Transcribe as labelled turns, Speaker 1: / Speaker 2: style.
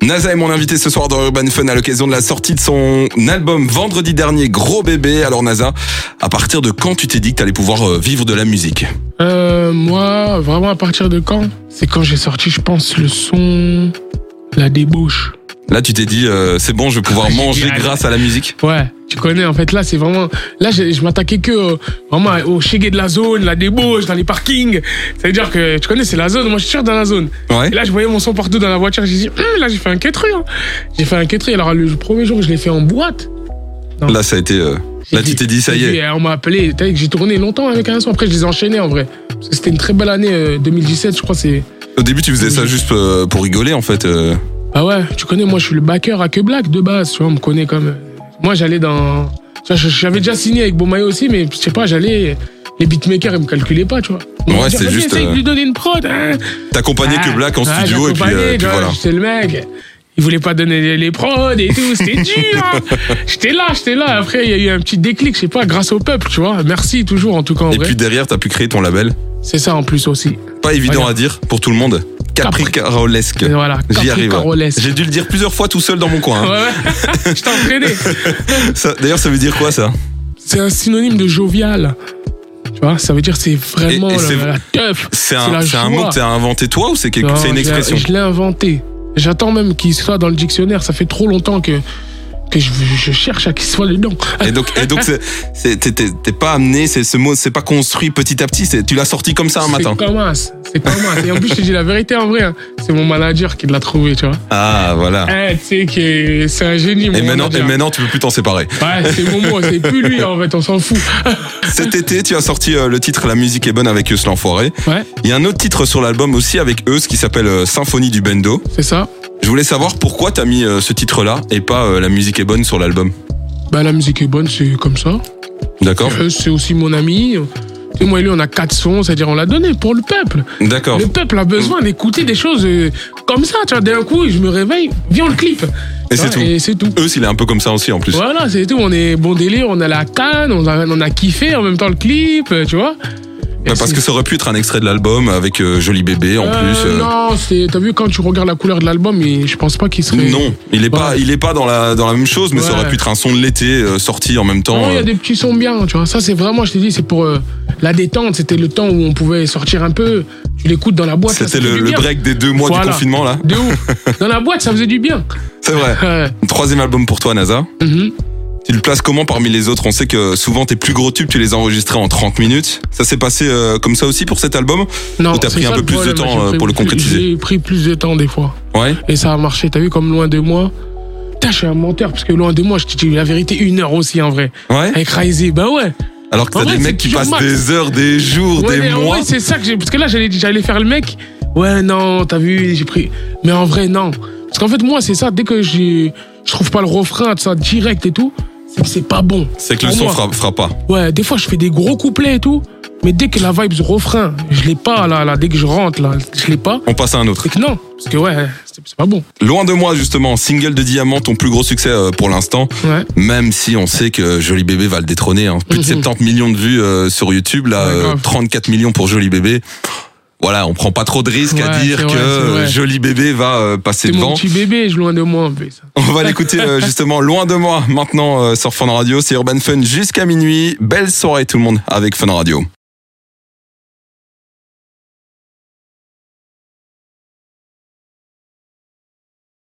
Speaker 1: NASA est mon invité ce soir dans Urban Fun à l'occasion de la sortie de son album vendredi dernier, Gros Bébé. Alors NASA, à partir de quand tu t'es dit que t'allais pouvoir euh, vivre de la musique
Speaker 2: Euh, moi, vraiment, à partir de quand C'est quand j'ai sorti, je pense, le son, la débauche.
Speaker 1: Là, tu t'es dit, euh, c'est bon, je vais pouvoir
Speaker 2: Ouais, j'ai
Speaker 1: manger
Speaker 2: dit, allez.
Speaker 1: grâce à la musique.
Speaker 2: Ouais, tu connais, en fait, là, c'est vraiment. Là, je, je m'attaquais que euh, vraiment au chégué de la zone, la débauche, dans les parkings. C'est-à-dire que, tu connais, c'est la zone, moi, je suis sûr dans la zone.
Speaker 1: Ouais.
Speaker 2: Et là, je voyais mon son partout dans la voiture, j'ai dit, Hum, là, j'ai fait un quêtru. hein. J'ai fait un quêtru. Alors, le premier jour, je l'ai fait en boîte. non.
Speaker 1: Là, ça a été. euh,
Speaker 2: J'ai
Speaker 1: Là, tu t'es dit, ça y
Speaker 2: j'ai
Speaker 1: est.
Speaker 2: dit, euh, On m'a appelé, t'as vu que j'ai tourné longtemps avec un son, après, je les ai enchaînés, en vrai. Parce que c'était une très belle année, euh, 2017, je crois, c'est.
Speaker 1: Au début, tu faisais ça juste euh, pour rigoler, en fait. euh.
Speaker 2: Ah ouais, tu connais, moi je suis le backer à que Black de base, tu vois, on me connaît comme. Moi j'allais dans. tu vois, je- J'avais déjà signé avec Bomayo aussi, mais je sais pas, j'allais. Les beatmakers ils me calculaient pas, tu vois. Ils me
Speaker 1: Ouais,
Speaker 2: disaient,
Speaker 1: c'est
Speaker 2: vas-y,
Speaker 1: juste,
Speaker 2: essaye de
Speaker 1: euh,
Speaker 2: lui donner une prod, hein. Ah,
Speaker 1: T'accompagnais que Black en
Speaker 2: Ouais,
Speaker 1: studio, et puis,
Speaker 2: j'accompagnais,
Speaker 1: euh,
Speaker 2: tu
Speaker 1: puis
Speaker 2: vois,
Speaker 1: voilà.
Speaker 2: J'étais le mec. Il voulait pas donner les, les prods et tout, c'était dur. hein. J'étais là, j'étais là. Après, il y a eu un petit déclic, je sais pas, grâce au peuple, tu vois. Merci toujours, en tout cas, en
Speaker 1: Et
Speaker 2: vrai.
Speaker 1: puis derrière, t'as pu créer ton label.
Speaker 2: C'est ça en plus aussi.
Speaker 1: Pas évident
Speaker 2: Regarde.
Speaker 1: à dire pour tout le monde.
Speaker 2: Capri-
Speaker 1: Capricarolesque.
Speaker 2: Et voilà,
Speaker 1: J'y
Speaker 2: Capri
Speaker 1: arrive.
Speaker 2: Carolesque.
Speaker 1: J'ai dû le dire plusieurs fois tout seul dans mon coin. hein.
Speaker 2: Ouais, ouais. je t'ai entraîné.
Speaker 1: Ça- D'ailleurs, ça veut dire quoi ça
Speaker 2: c'est un synonyme de jovial. Tu vois, ça veut dire c'est vraiment
Speaker 1: Et- et
Speaker 2: la-
Speaker 1: c'est-
Speaker 2: la teuf.
Speaker 1: C'est
Speaker 2: C'est
Speaker 1: un,
Speaker 2: la
Speaker 1: c'est un mot
Speaker 2: joie.
Speaker 1: que t'as inventé toi ou c'est quelque-
Speaker 2: Non,
Speaker 1: c'est une
Speaker 2: je l'ai-
Speaker 1: expression
Speaker 2: Je l'ai inventé. J'attends même qu'il soit dans le dictionnaire. Ça fait trop longtemps que, que je, je cherche à qu'il soit dedans.
Speaker 1: Et donc, et donc, c'est- c'est- t'es- t'es t'es pas amené, c'est ce mot, c'est pas construit petit à petit. c'est- Tu l'as sorti comme ça un matin.
Speaker 2: C'est comme as. C'est comme as. Et en plus, je te dis la vérité en vrai. hein. C'est mon manager qui l'a trouvé, tu vois.
Speaker 1: Ah voilà.
Speaker 2: Eh, tu sais que c'est un génie, mon
Speaker 1: Et maintenant, et
Speaker 2: manager.
Speaker 1: maintenant, tu peux plus t'en séparer.
Speaker 2: Ouais, c'est mon mot. C'est plus lui, en fait. On s'en fout.
Speaker 1: Cet été, tu as sorti euh, le titre La musique est bonne avec eux, l'enfoiré.
Speaker 2: Ouais,
Speaker 1: Il y a un autre titre sur l'album aussi avec eux, ce qui s'appelle euh, Symphonie du Bendo.
Speaker 2: c'est ça.
Speaker 1: Je voulais savoir pourquoi t'as mis euh, ce titre-là et pas euh, La musique est bonne sur l'album.
Speaker 2: Bah, la musique est bonne, c'est comme ça.
Speaker 1: D'accord
Speaker 2: Euh, C'est aussi mon ami. Et moi et lui, on a quatre sons, c'est-à-dire on l'a donné pour le peuple.
Speaker 1: D'accord. Mm.
Speaker 2: Le peuple a besoin d'écouter des choses euh, comme ça. Tu vois, d'un coup, je me réveille, viens on le clip.
Speaker 1: Et c'est
Speaker 2: Ouais,
Speaker 1: tout.
Speaker 2: Et c'est tout.
Speaker 1: Eux, il est un peu comme ça aussi en plus.
Speaker 2: Voilà, c'est tout. On est bon délire, on a la canne, on a, on a kiffé en même temps le clip, euh, tu vois.
Speaker 1: Bah,
Speaker 2: Et
Speaker 1: parce
Speaker 2: c'est-
Speaker 1: que ça aurait pu être un extrait de l'album avec euh, Joli Bébé en
Speaker 2: Euh,
Speaker 1: plus. euh.
Speaker 2: Non, c'est- t'as vu quand tu regardes la couleur de l'album, et je pense pas qu'il serait.
Speaker 1: Non, il est pas,
Speaker 2: Ouais.
Speaker 1: il est pas dans la dans la même chose, mais ça
Speaker 2: Ouais.
Speaker 1: aurait pu être un son de l'été euh, sorti en même temps.
Speaker 2: Non, il y
Speaker 1: euh.
Speaker 2: a des petits sons bien, tu vois. Ça, c'est vraiment, je t'ai dit, c'est pour euh, la détente. C'était le temps où on pouvait sortir un peu. Tu l'écoutes dans la boîte. ça,
Speaker 1: C'était
Speaker 2: ça fait
Speaker 1: le,
Speaker 2: du
Speaker 1: le
Speaker 2: bien.
Speaker 1: break des deux mois du
Speaker 2: Voilà.
Speaker 1: confinement là.
Speaker 2: De ouf. Dans la boîte, ça faisait du bien.
Speaker 1: C'est vrai.
Speaker 2: Ouais.
Speaker 1: Troisième album pour toi, NASA.
Speaker 2: Mhm.
Speaker 1: Tu le places comment parmi les autres On sait que souvent tes plus gros tubes, tu les as enregistrés en 30 minutes. Ça s'est passé euh, comme ça aussi pour cet album
Speaker 2: Non,
Speaker 1: Ou t'as
Speaker 2: c'est
Speaker 1: pris un
Speaker 2: ça
Speaker 1: peu
Speaker 2: le
Speaker 1: plus de
Speaker 2: problème,
Speaker 1: temps,
Speaker 2: j'ai
Speaker 1: euh,
Speaker 2: pris
Speaker 1: pour le
Speaker 2: plus-
Speaker 1: concrétiser
Speaker 2: J'ai pris plus de temps des fois.
Speaker 1: Ouais.
Speaker 2: Et ça a marché. T'as vu comme loin de moi. Putain, je suis un menteur parce que loin de moi, je te dis la vérité, une heure aussi en vrai.
Speaker 1: Ouais.
Speaker 2: Avec Raizé, bah ouais.
Speaker 1: Alors que
Speaker 2: En
Speaker 1: t'as des
Speaker 2: vrai,
Speaker 1: mecs
Speaker 2: c'est
Speaker 1: qui
Speaker 2: toujours
Speaker 1: passent
Speaker 2: max.
Speaker 1: des heures, des jours,
Speaker 2: ouais
Speaker 1: des
Speaker 2: mais en
Speaker 1: mois.
Speaker 2: vrai, c'est ça que j'ai. Parce que là, j'allais j'allais faire le mec. Ouais, non, t'as vu, j'ai pris. Mais en vrai, non. Parce qu'en fait, moi, c'est ça. Dès que j'ai- je trouve pas le refrain, tout ça direct et tout, c'est que c'est pas bon.
Speaker 1: C'est que le
Speaker 2: Pour
Speaker 1: son
Speaker 2: moi.
Speaker 1: fera, fera pas.
Speaker 2: Ouais, des fois je fais des gros couplets et tout, mais dès que la vibe du refrain, je l'ai pas là, là, dès que je rentre là, je l'ai pas.
Speaker 1: On passe à un autre.
Speaker 2: C'est que non, parce que ouais, c'est c'est pas bon.
Speaker 1: Loin de moi justement, single de Diamant, ton plus gros succès euh, pour l'instant.
Speaker 2: Ouais.
Speaker 1: Même si on sait que Joli Bébé va le détrôner. hein. Plus de
Speaker 2: Mhm.
Speaker 1: 70 millions de vues euh, sur YouTube, là,
Speaker 2: Ouais,
Speaker 1: euh,
Speaker 2: grave.
Speaker 1: 34 millions pour Joli Bébé. Voilà, on prend pas trop de risques à
Speaker 2: Ouais,
Speaker 1: dire
Speaker 2: c'est
Speaker 1: que
Speaker 2: vrai, c'est vrai.
Speaker 1: euh, Joli Bébé va euh, passer
Speaker 2: C'est mon
Speaker 1: devant.
Speaker 2: petit bébé, je loin de moi. mais ça.
Speaker 1: On va l'écouter euh, justement loin de moi maintenant euh, sur Fun Radio. C'est Urban Fun jusqu'à minuit. Belle soirée tout le monde avec Fun Radio.